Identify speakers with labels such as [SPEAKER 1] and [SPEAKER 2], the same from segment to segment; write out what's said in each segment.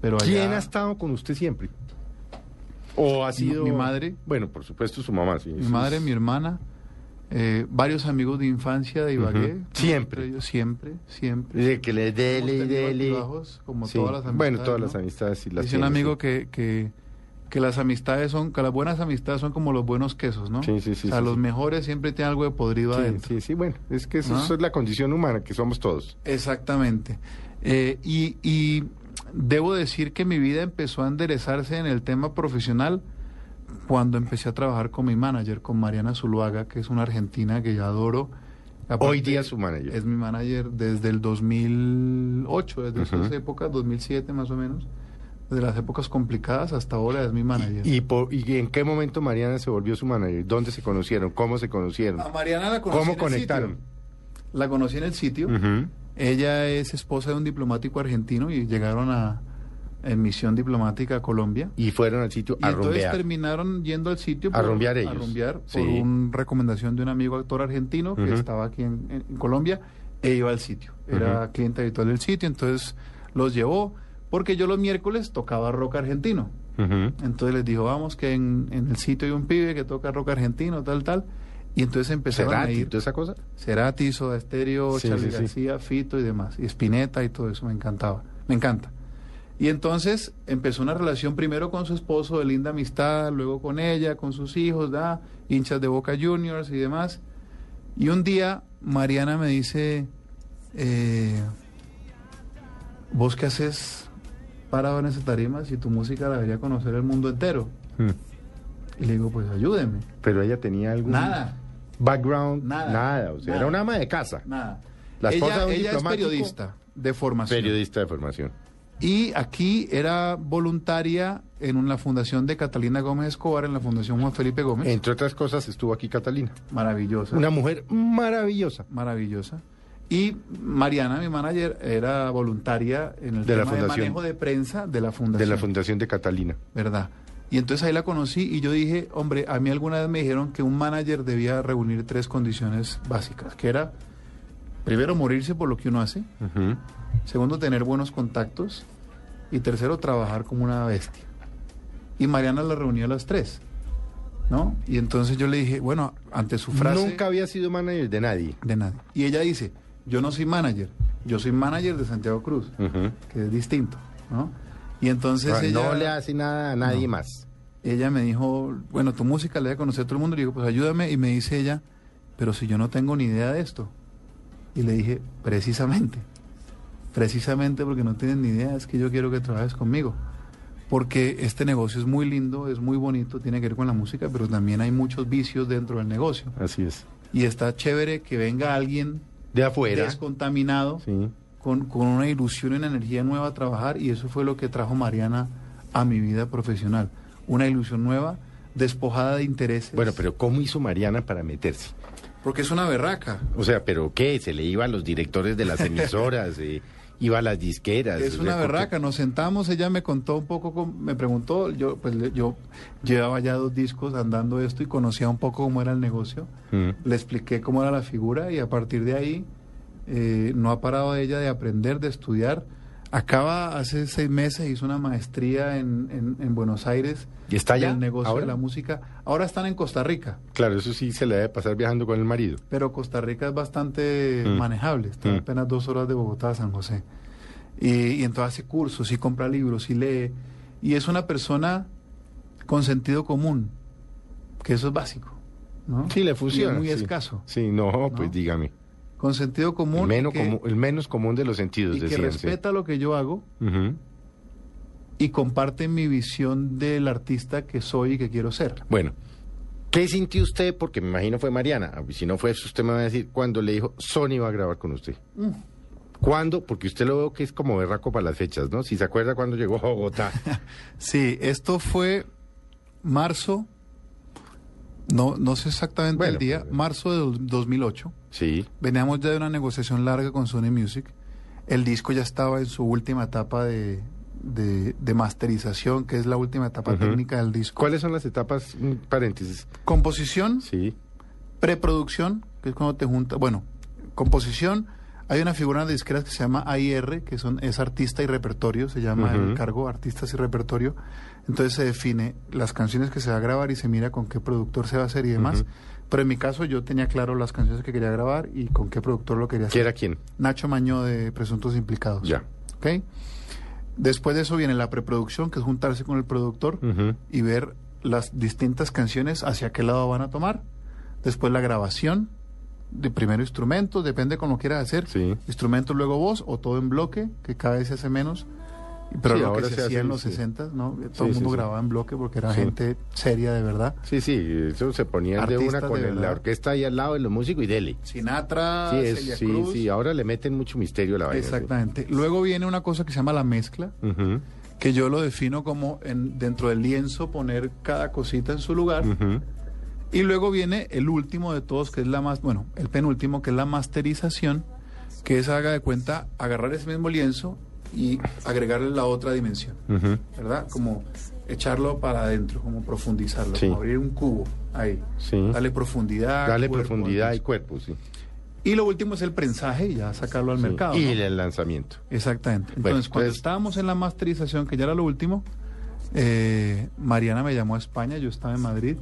[SPEAKER 1] Pero allá-
[SPEAKER 2] ¿Quién ha estado con usted siempre? ¿O ha sido...
[SPEAKER 1] mi madre.
[SPEAKER 2] Bueno, por supuesto su mamá, sí.
[SPEAKER 1] Mi
[SPEAKER 2] sí.
[SPEAKER 1] madre, mi hermana, eh, varios amigos de infancia de Ibagué.
[SPEAKER 2] Ujú. Siempre.
[SPEAKER 1] Entre ellos, siempre, siempre.
[SPEAKER 2] Dice que le
[SPEAKER 1] Hemos
[SPEAKER 2] dele y
[SPEAKER 1] tenido
[SPEAKER 2] dele.
[SPEAKER 1] altibajos, como
[SPEAKER 2] Sí.
[SPEAKER 1] todas las amistades.
[SPEAKER 2] Bueno, todas
[SPEAKER 1] ¿no?
[SPEAKER 2] las amistades y las
[SPEAKER 1] Dice un
[SPEAKER 2] tiene,
[SPEAKER 1] amigo
[SPEAKER 2] sí.
[SPEAKER 1] que, que, que las amistades son, que las buenas amistades son como los buenos quesos, ¿no?
[SPEAKER 2] Sí, sí, sí,
[SPEAKER 1] O sea,
[SPEAKER 2] sí,
[SPEAKER 1] los
[SPEAKER 2] sí.
[SPEAKER 1] mejores siempre tienen algo de podrido
[SPEAKER 2] Sí,
[SPEAKER 1] adentro.
[SPEAKER 2] sí, sí, bueno, es que eso,
[SPEAKER 1] Ah.
[SPEAKER 2] eso es la condición humana que somos todos.
[SPEAKER 1] Exactamente. Eh, y, y debo decir que mi vida empezó a enderezarse en el tema profesional cuando empecé a trabajar con mi manager, con Mariana Zuluaga, que es una argentina que yo adoro.
[SPEAKER 2] Hoy día es su manager.
[SPEAKER 1] Es mi manager desde el 2008, desde
[SPEAKER 2] Ujú.
[SPEAKER 1] esas épocas, 2007 más o menos. Desde las épocas complicadas hasta ahora es mi manager.
[SPEAKER 2] ¿Y, por- y en qué momento Mariana se volvió su manager? ¿Dónde se conocieron? ¿Cómo se conocieron?
[SPEAKER 1] a Mariana la conocí en
[SPEAKER 2] ¿Cómo
[SPEAKER 1] el
[SPEAKER 2] conectaron?
[SPEAKER 1] sitio. La conocí en el sitio.
[SPEAKER 2] Ujú.
[SPEAKER 1] Ella es esposa de un diplomático argentino y llegaron a en misión diplomática a Colombia.
[SPEAKER 2] Y fueron al sitio
[SPEAKER 1] Y
[SPEAKER 2] a
[SPEAKER 1] entonces
[SPEAKER 2] rumbear.
[SPEAKER 1] terminaron yendo al sitio
[SPEAKER 2] A rumbear ellos.
[SPEAKER 1] rumbear por
[SPEAKER 2] Sí.
[SPEAKER 1] una recomendación de un amigo actor argentino que
[SPEAKER 2] Ujú.
[SPEAKER 1] estaba aquí en, en- en Colombia e iba al sitio. Era
[SPEAKER 2] Ujú.
[SPEAKER 1] cliente habitual del sitio, entonces los llevó porque yo los miércoles tocaba rock argentino.
[SPEAKER 2] Ujú.
[SPEAKER 1] Entonces les dijo, vamos, que en, en el sitio hay un pibe que toca rock argentino, tal, tal. Y entonces empezaron a
[SPEAKER 2] Cerati,
[SPEAKER 1] ir...
[SPEAKER 2] toda esa cosa.
[SPEAKER 1] Cerati, Soda Stereo,
[SPEAKER 2] Sí,
[SPEAKER 1] Charly
[SPEAKER 2] sí, sí.
[SPEAKER 1] García, Fito y demás, y Spinetta y todo eso, me encantaba, me encanta. Y entonces empezó una relación primero con su esposo de linda amistad, luego con ella, con sus hijos, da, hinchas de Boca Juniors y demás. Y un día Mariana me dice, eh, ¿vos qué haces parado en esa tarima si tu música la debería conocer el mundo entero?
[SPEAKER 2] Mm.
[SPEAKER 1] Y le digo, pues ayúdeme.
[SPEAKER 2] Pero ella tenía algún
[SPEAKER 1] Nada,
[SPEAKER 2] background, nada,
[SPEAKER 1] Nada.
[SPEAKER 2] o sea,
[SPEAKER 1] Nada.
[SPEAKER 2] era una ama de casa,
[SPEAKER 1] nada.
[SPEAKER 2] La esposa
[SPEAKER 1] ella
[SPEAKER 2] de un
[SPEAKER 1] ella es
[SPEAKER 2] diplomático.
[SPEAKER 1] periodista de formación.
[SPEAKER 2] periodista de formación.
[SPEAKER 1] Y aquí era voluntaria en una fundación de Catalina Gómez Escobar, en la fundación Juan Felipe Gómez.
[SPEAKER 2] Entre otras cosas estuvo aquí Catalina,
[SPEAKER 1] maravillosa.
[SPEAKER 2] una mujer maravillosa.
[SPEAKER 1] Maravillosa. Y Mariana, mi manager, era voluntaria en el
[SPEAKER 2] De la
[SPEAKER 1] tema
[SPEAKER 2] fundación.
[SPEAKER 1] de manejo de prensa de la
[SPEAKER 2] De
[SPEAKER 1] fundación.
[SPEAKER 2] la fundación de Catalina.
[SPEAKER 1] ¿Verdad? Y entonces ahí la conocí y yo dije, hombre, a mí alguna vez me dijeron que un manager debía reunir tres condiciones básicas, que era, primero, morirse por lo que uno hace, Segundo, tener buenos contactos. Y tercero, trabajar como una bestia. Y Mariana la reunió a las tres, ¿no? Y entonces yo le dije, bueno, ante su frase...
[SPEAKER 2] Nunca había sido manager de nadie.
[SPEAKER 1] De nadie. Y ella dice, yo no soy manager, yo soy manager de Santiago Cruz, que es distinto, ¿no? Y entonces
[SPEAKER 2] Ah,
[SPEAKER 1] ella,
[SPEAKER 2] No le hace nada a nadie
[SPEAKER 1] No.
[SPEAKER 2] más.
[SPEAKER 1] ella me dijo, bueno, tu música la debe conocer todo el mundo. Y digo, pues ayúdame. Y me dice ella, pero si yo no tengo ni idea de esto. Y le dije, precisamente, precisamente porque no tienes ni idea, es que yo quiero que trabajes conmigo. Porque este negocio es muy lindo, es muy bonito, tiene que ver con la música, pero también hay muchos vicios dentro del negocio.
[SPEAKER 2] Así es.
[SPEAKER 1] Y está chévere que venga alguien
[SPEAKER 2] De afuera.
[SPEAKER 1] descontaminado,
[SPEAKER 2] Sí.
[SPEAKER 1] con, con una ilusión y una energía nueva a trabajar, y eso fue lo que trajo Mariana a mi vida profesional. Una ilusión nueva, despojada de intereses.
[SPEAKER 2] Bueno, pero ¿cómo hizo Mariana para meterse?
[SPEAKER 1] Porque es una berraca.
[SPEAKER 2] O sea, ¿pero qué? ¿Se le iba a los directores de las emisoras? eh, ¿Iba a las disqueras?
[SPEAKER 1] Es
[SPEAKER 2] O sea,
[SPEAKER 1] una
[SPEAKER 2] ¿por qué?
[SPEAKER 1] berraca, nos sentamos, ella me contó un poco, cómo- me preguntó, yo pues le- yo llevaba ya dos discos andando esto y conocía un poco cómo era el negocio,
[SPEAKER 2] Mm.
[SPEAKER 1] le expliqué cómo era la figura y a partir de ahí eh, no ha parado ella de aprender, de estudiar. Acaba hace seis meses, hizo una maestría en, en- en Buenos Aires.
[SPEAKER 2] ¿Y está allá
[SPEAKER 1] El negocio
[SPEAKER 2] ahora?
[SPEAKER 1] de la música. Ahora están en Costa Rica,
[SPEAKER 2] Claro, eso sí se le debe pasar viajando con el marido.
[SPEAKER 1] pero Costa Rica es bastante
[SPEAKER 2] Mm.
[SPEAKER 1] manejable, está
[SPEAKER 2] Mm.
[SPEAKER 1] apenas dos horas de Bogotá a San José. Y, y entonces hace cursos, y compra libros, y lee. Y es una persona con sentido común, que eso es básico. ¿no?
[SPEAKER 2] Sí,
[SPEAKER 1] Y
[SPEAKER 2] le
[SPEAKER 1] es
[SPEAKER 2] funciona.
[SPEAKER 1] muy
[SPEAKER 2] sí.
[SPEAKER 1] escaso.
[SPEAKER 2] Sí, no, pues
[SPEAKER 1] ¿No?
[SPEAKER 2] dígame.
[SPEAKER 1] Con sentido común.
[SPEAKER 2] el, menos
[SPEAKER 1] que-
[SPEAKER 2] común, el menos común de los sentidos,
[SPEAKER 1] y que
[SPEAKER 2] decían, sí.
[SPEAKER 1] respeta lo que yo hago
[SPEAKER 2] Ujú.
[SPEAKER 1] y comparte mi visión del artista que soy y que quiero ser.
[SPEAKER 2] Bueno, ¿qué sintió usted? Porque me imagino fue Mariana. Ah, Si no fue eso, usted me va a decir cuando le dijo Sony va a grabar con usted.
[SPEAKER 1] Mm.
[SPEAKER 2] ¿Cuándo? Porque usted lo veo que es como berraco para las fechas, ¿no? Si se acuerda cuando llegó a Bogotá.
[SPEAKER 1] Sí, esto fue marzo, no, no sé exactamente
[SPEAKER 2] Bueno,
[SPEAKER 1] el día,
[SPEAKER 2] pues,
[SPEAKER 1] marzo de dos- 2008.
[SPEAKER 2] Sí.
[SPEAKER 1] Veníamos ya de una negociación larga con Sony Music. El disco ya estaba en su última etapa de, de- de masterización, que es la última etapa
[SPEAKER 2] Ujú.
[SPEAKER 1] técnica del disco.
[SPEAKER 2] ¿Cuáles son las etapas? Mm, Paréntesis.
[SPEAKER 1] Composición,
[SPEAKER 2] Sí.
[SPEAKER 1] preproducción, que es cuando te juntas, bueno, composición, Hay una figura de disqueras que se llama AIR, que son, es artista y repertorio, se llama
[SPEAKER 2] Ujú.
[SPEAKER 1] el cargo artistas y repertorio. Entonces se define las canciones que se va a grabar y se mira con qué productor se va a hacer y demás.
[SPEAKER 2] Ujú.
[SPEAKER 1] Pero en mi caso yo tenía claro las canciones que quería grabar y con qué productor lo quería hacer.
[SPEAKER 2] ¿Quién era quién?
[SPEAKER 1] Nacho Maño de Presuntos Implicados.
[SPEAKER 2] Ya.
[SPEAKER 1] ¿Ok? Después de eso viene la preproducción, que es juntarse con el productor
[SPEAKER 2] Ujú.
[SPEAKER 1] y ver las distintas canciones hacia qué lado van a tomar. Después la grabación de primero instrumentos, depende con lo quieras hacer.
[SPEAKER 2] Sí.
[SPEAKER 1] Instrumentos, luego voz o todo en bloque, que cada vez se hace menos. Pero
[SPEAKER 2] Sí,
[SPEAKER 1] lo que
[SPEAKER 2] ahora
[SPEAKER 1] se,
[SPEAKER 2] se
[SPEAKER 1] hacía
[SPEAKER 2] hace,
[SPEAKER 1] en los
[SPEAKER 2] sí.
[SPEAKER 1] 60, ¿no? Todo
[SPEAKER 2] Sí,
[SPEAKER 1] el
[SPEAKER 2] sí,
[SPEAKER 1] mundo
[SPEAKER 2] sí.
[SPEAKER 1] grababa en bloque porque era
[SPEAKER 2] Sí.
[SPEAKER 1] gente seria de verdad.
[SPEAKER 2] Sí, sí, eso se ponían de
[SPEAKER 1] Artistas
[SPEAKER 2] una con
[SPEAKER 1] de
[SPEAKER 2] el- la
[SPEAKER 1] verdad.
[SPEAKER 2] orquesta ahí al lado de los músicos y dele.
[SPEAKER 1] Sinatra,
[SPEAKER 2] Sí, es-
[SPEAKER 1] Celia
[SPEAKER 2] sí,
[SPEAKER 1] Cruz.
[SPEAKER 2] sí, ahora le meten mucho misterio a la vaina. sí.
[SPEAKER 1] Exactamente. Luego viene una cosa que se llama la mezcla,
[SPEAKER 2] Ujú,
[SPEAKER 1] que yo lo defino como en, dentro del lienzo poner cada cosita en su lugar.
[SPEAKER 2] ujú.
[SPEAKER 1] Y luego viene el último de todos, que es la más, bueno, el penúltimo, que es la masterización, que es haga de cuenta agarrar ese mismo lienzo y agregarle la otra dimensión,
[SPEAKER 2] Ujú.
[SPEAKER 1] ¿verdad? Como echarlo para adentro, como profundizarlo,
[SPEAKER 2] Sí.
[SPEAKER 1] como abrir un cubo ahí,
[SPEAKER 2] Sí.
[SPEAKER 1] darle profundidad,
[SPEAKER 2] Dale
[SPEAKER 1] cuerpo,
[SPEAKER 2] profundidad y
[SPEAKER 1] entonces.
[SPEAKER 2] cuerpo, sí.
[SPEAKER 1] y lo último es el prensaje y ya sacarlo al
[SPEAKER 2] Sí.
[SPEAKER 1] mercado.
[SPEAKER 2] Y
[SPEAKER 1] ¿no?
[SPEAKER 2] el lanzamiento.
[SPEAKER 1] Exactamente. Entonces,
[SPEAKER 2] Bueno,
[SPEAKER 1] cuando
[SPEAKER 2] entonces-
[SPEAKER 1] estábamos en la masterización, que ya era lo último, eh, Mariana me llamó a España, yo estaba en Madrid.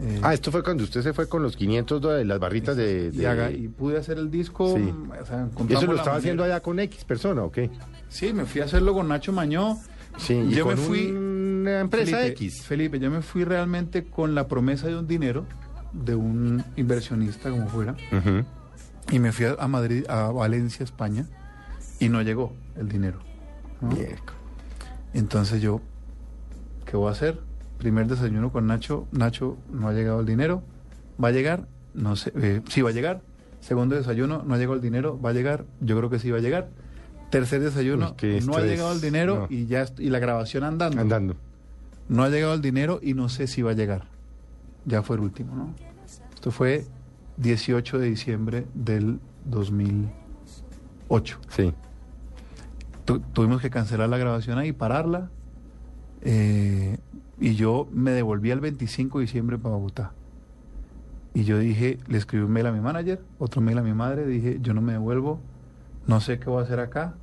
[SPEAKER 1] eh,
[SPEAKER 2] Ah, esto fue cuando usted se fue con los 500 dólares, las barritas de...
[SPEAKER 1] Este, y,
[SPEAKER 2] de-
[SPEAKER 1] haga- y pude hacer el disco.
[SPEAKER 2] Sí.
[SPEAKER 1] mm, o sea, encontramos
[SPEAKER 2] ¿Y eso lo
[SPEAKER 1] la manera.
[SPEAKER 2] estaba haciendo allá con X persona o qué?
[SPEAKER 1] Sí, me fui a hacerlo con Nacho Mañó.
[SPEAKER 2] Sí, y
[SPEAKER 1] yo me
[SPEAKER 2] con
[SPEAKER 1] fui.
[SPEAKER 2] Una empresa
[SPEAKER 1] Felipe,
[SPEAKER 2] X.
[SPEAKER 1] Felipe, yo me fui realmente con la promesa de un dinero de un inversionista, como fuera,
[SPEAKER 2] Ujú.
[SPEAKER 1] y me fui a, a Madrid, a Valencia, España, y no llegó el dinero. ¿no?
[SPEAKER 2] Bien.
[SPEAKER 1] Entonces yo, ¿qué voy a hacer? Primer desayuno con Nacho. Nacho, no ha llegado el dinero. ¿Va a llegar? No sé. eh, sí, va a llegar. Segundo desayuno, no ha llegado el dinero. ¿Va a llegar? Yo creo que sí va a llegar. Tercer desayuno,
[SPEAKER 2] Uy, qué
[SPEAKER 1] no ha
[SPEAKER 2] estrés.
[SPEAKER 1] llegado el dinero
[SPEAKER 2] No.
[SPEAKER 1] y ya est- y la grabación andando.
[SPEAKER 2] Andando.
[SPEAKER 1] No ha llegado el dinero y no sé si va a llegar. Ya fue el último, ¿no? Esto fue 18 de diciembre del 2008.
[SPEAKER 2] Sí.
[SPEAKER 1] Tu- tuvimos que cancelar la grabación ahí, pararla. eh, y yo me devolví el 25 de diciembre para Bogotá. Y yo dije, le escribí un mail a mi manager, otro mail a mi madre, dije, yo no me devuelvo, no sé qué voy a hacer acá,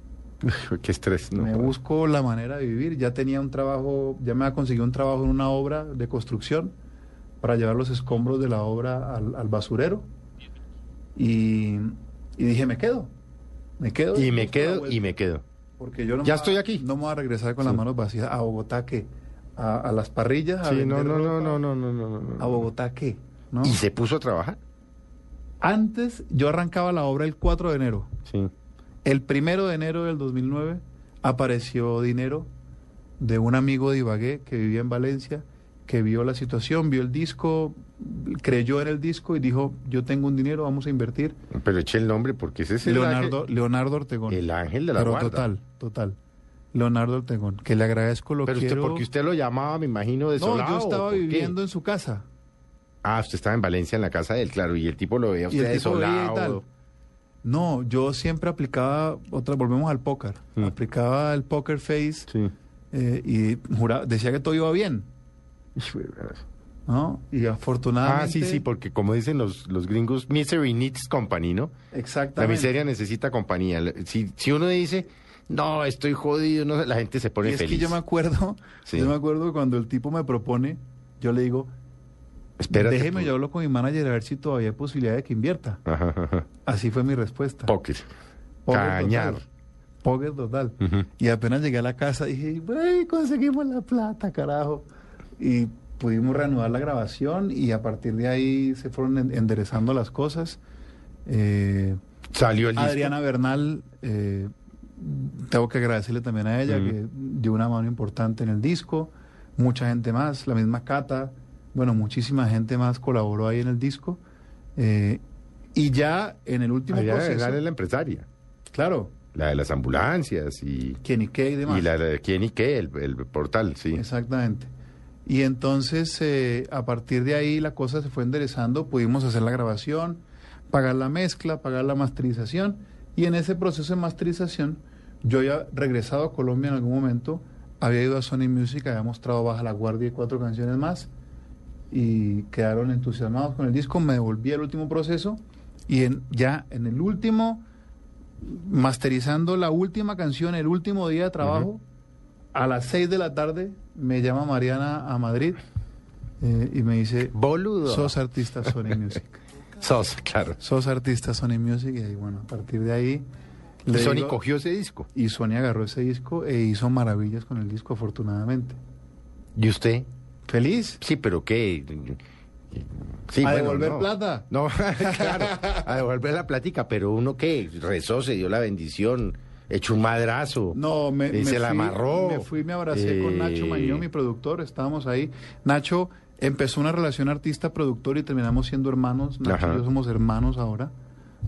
[SPEAKER 2] qué estrés. No, pues.
[SPEAKER 1] me busco la manera de vivir. Ya tenía un trabajo, ya me había conseguido un trabajo en una obra de construcción para llevar los escombros de la obra al, al basurero. Y, y dije, me quedo, me quedo.
[SPEAKER 2] Y
[SPEAKER 1] busco
[SPEAKER 2] me
[SPEAKER 1] la
[SPEAKER 2] quedo,
[SPEAKER 1] vuelta".
[SPEAKER 2] y me quedo.
[SPEAKER 1] Porque yo no
[SPEAKER 2] Ya
[SPEAKER 1] me-
[SPEAKER 2] estoy aquí.
[SPEAKER 1] No me voy a regresar con
[SPEAKER 2] Sí.
[SPEAKER 1] las manos vacías a Bogotá qué? A, a las parrillas. a
[SPEAKER 2] Sí, no,
[SPEAKER 1] vender
[SPEAKER 2] no, no,
[SPEAKER 1] ropa?
[SPEAKER 2] no, no, no, no, no.
[SPEAKER 1] A Bogotá qué? ¿No?
[SPEAKER 2] ¿Y se puso a trabajar?
[SPEAKER 1] Antes yo arrancaba la obra el 4 de enero.
[SPEAKER 2] Sí.
[SPEAKER 1] El 1 de enero del 2009 apareció dinero de un amigo de Ibagué que vivía en Valencia, que vio la situación, vio el disco, creyó en el disco y dijo, yo tengo un dinero, vamos a invertir.
[SPEAKER 2] Pero eché el nombre porque ese es el
[SPEAKER 1] Leonardo,
[SPEAKER 2] ángel-
[SPEAKER 1] Leonardo Ortegón.
[SPEAKER 2] el ángel de la
[SPEAKER 1] Pero
[SPEAKER 2] guarda.
[SPEAKER 1] total, total. Leonardo Ortegón, que le agradezco lo
[SPEAKER 2] Pero usted,
[SPEAKER 1] quiero.
[SPEAKER 2] porque usted lo llamaba, me imagino, de
[SPEAKER 1] No, yo estaba viviendo en su casa.
[SPEAKER 2] Ah, usted estaba en Valencia, en la casa de él, claro, y el tipo lo veía a
[SPEAKER 1] Y
[SPEAKER 2] usted
[SPEAKER 1] el tipo veía y
[SPEAKER 2] desolado.
[SPEAKER 1] tal. No, yo siempre aplicaba, otra, volvemos al póker,
[SPEAKER 2] Mm.
[SPEAKER 1] aplicaba el poker face
[SPEAKER 2] Sí.
[SPEAKER 1] eh, y juraba, decía que todo iba bien,
[SPEAKER 2] Hijo de veras.
[SPEAKER 1] ¿no? Y afortunadamente...
[SPEAKER 2] Ah, sí, sí, porque como dicen los, los gringos, misery needs company, ¿no? La
[SPEAKER 1] Exactamente.
[SPEAKER 2] miseria necesita compañía. Le- Si, si uno dice, no, estoy jodido, no, sé", la gente se
[SPEAKER 1] Y
[SPEAKER 2] pone
[SPEAKER 1] es
[SPEAKER 2] feliz.
[SPEAKER 1] que yo me acuerdo,
[SPEAKER 2] Sí.
[SPEAKER 1] yo me acuerdo cuando el tipo me propone, yo le digo,
[SPEAKER 2] Espérate,
[SPEAKER 1] déjeme,
[SPEAKER 2] pues.
[SPEAKER 1] yo hablo con mi manager a ver si todavía hay posibilidad de que invierta.
[SPEAKER 2] Ajá, ajá, ajá.
[SPEAKER 1] Así fue mi respuesta.
[SPEAKER 2] Póker.
[SPEAKER 1] Póker
[SPEAKER 2] Cañar.
[SPEAKER 1] total. Póker total.
[SPEAKER 2] Ujú.
[SPEAKER 1] Y apenas llegué a la casa dije, güey, conseguimos la plata, carajo. Y pudimos reanudar la grabación y a partir de ahí se fueron en- enderezando las cosas. Eh,
[SPEAKER 2] Salió el disco.
[SPEAKER 1] Adriana Bernal, eh, tengo que agradecerle también a ella
[SPEAKER 2] Ujú.
[SPEAKER 1] que dio una mano importante en el disco. Mucha gente más, la misma Cata, bueno, muchísima gente más colaboró ahí en el disco. Eh, y ya en el último
[SPEAKER 2] Adriana
[SPEAKER 1] proceso,
[SPEAKER 2] Bernal es la empresaria.
[SPEAKER 1] claro,
[SPEAKER 2] La de las ambulancias y,
[SPEAKER 1] quien y qué y demás.
[SPEAKER 2] y la de quién y qué, el, el portal, sí.
[SPEAKER 1] Exactamente. Y entonces, eh, a partir de ahí, la cosa se fue enderezando. Pudimos hacer la grabación, pagar la mezcla, pagar la masterización. Y en ese proceso de masterización, yo había regresado a Colombia en algún momento, había ido a Sony Music, había mostrado Baja la Guardia y cuatro canciones más. Y quedaron entusiasmados con el disco. Me devolví al último proceso. Y en, ya en el último masterizando la última canción, el último día de trabajo,
[SPEAKER 2] Ujú.
[SPEAKER 1] a las 6 de la tarde me llama Mariana a Madrid eh, y me dice,
[SPEAKER 2] Boludo.
[SPEAKER 1] sos artista Sony Music.
[SPEAKER 2] Sosa, claro.
[SPEAKER 1] Sos artista Sony Music y ahí, bueno, a partir de ahí...
[SPEAKER 2] Y
[SPEAKER 1] le
[SPEAKER 2] Sony
[SPEAKER 1] digo-
[SPEAKER 2] cogió ese disco.
[SPEAKER 1] y Sony agarró ese disco e hizo maravillas con el disco, afortunadamente.
[SPEAKER 2] ¿Y usted?
[SPEAKER 1] Feliz.
[SPEAKER 2] Sí, pero ¿qué? Sí,
[SPEAKER 1] a
[SPEAKER 2] bueno,
[SPEAKER 1] devolver
[SPEAKER 2] no.
[SPEAKER 1] plata.
[SPEAKER 2] No, claro, a devolver la plática, pero uno que rezó, se dio la bendición, echó un madrazo.
[SPEAKER 1] No, me,
[SPEAKER 2] Y
[SPEAKER 1] me
[SPEAKER 2] Eh, se la
[SPEAKER 1] fui,
[SPEAKER 2] amarró.
[SPEAKER 1] Me fui, me abracé con Nacho
[SPEAKER 2] Eh,
[SPEAKER 1] Mañón, mi productor, estábamos ahí. Nacho empezó una relación artista-productor y terminamos siendo hermanos. Nacho
[SPEAKER 2] Ajá.
[SPEAKER 1] y yo somos hermanos ahora,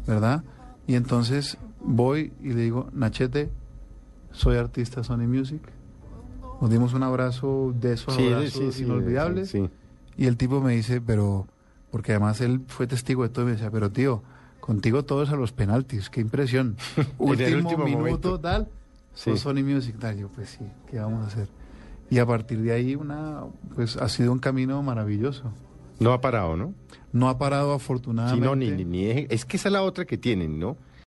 [SPEAKER 1] ¿verdad? Y entonces voy y le digo, Nachete, soy artista Sony Music. Nos dimos un abrazo de esos abrazos inolvidables.
[SPEAKER 2] sí, sí.
[SPEAKER 1] Y el tipo me dice, pero, porque además él fue testigo de todo y me decía, pero tío, contigo todos a los penaltis, qué impresión.
[SPEAKER 2] En el
[SPEAKER 1] último
[SPEAKER 2] último
[SPEAKER 1] minuto,
[SPEAKER 2] momento.
[SPEAKER 1] tal,
[SPEAKER 2] Sí.
[SPEAKER 1] con Sony Music, tal, yo pues sí, ¿qué vamos a hacer? Y a partir de ahí una, pues ha sido un camino maravilloso.
[SPEAKER 2] No ha parado, ¿no?
[SPEAKER 1] No ha parado
[SPEAKER 2] Sí, no,
[SPEAKER 1] afortunadamente.
[SPEAKER 2] ni, ni- ni- es que esa es la otra que tienen, ¿no?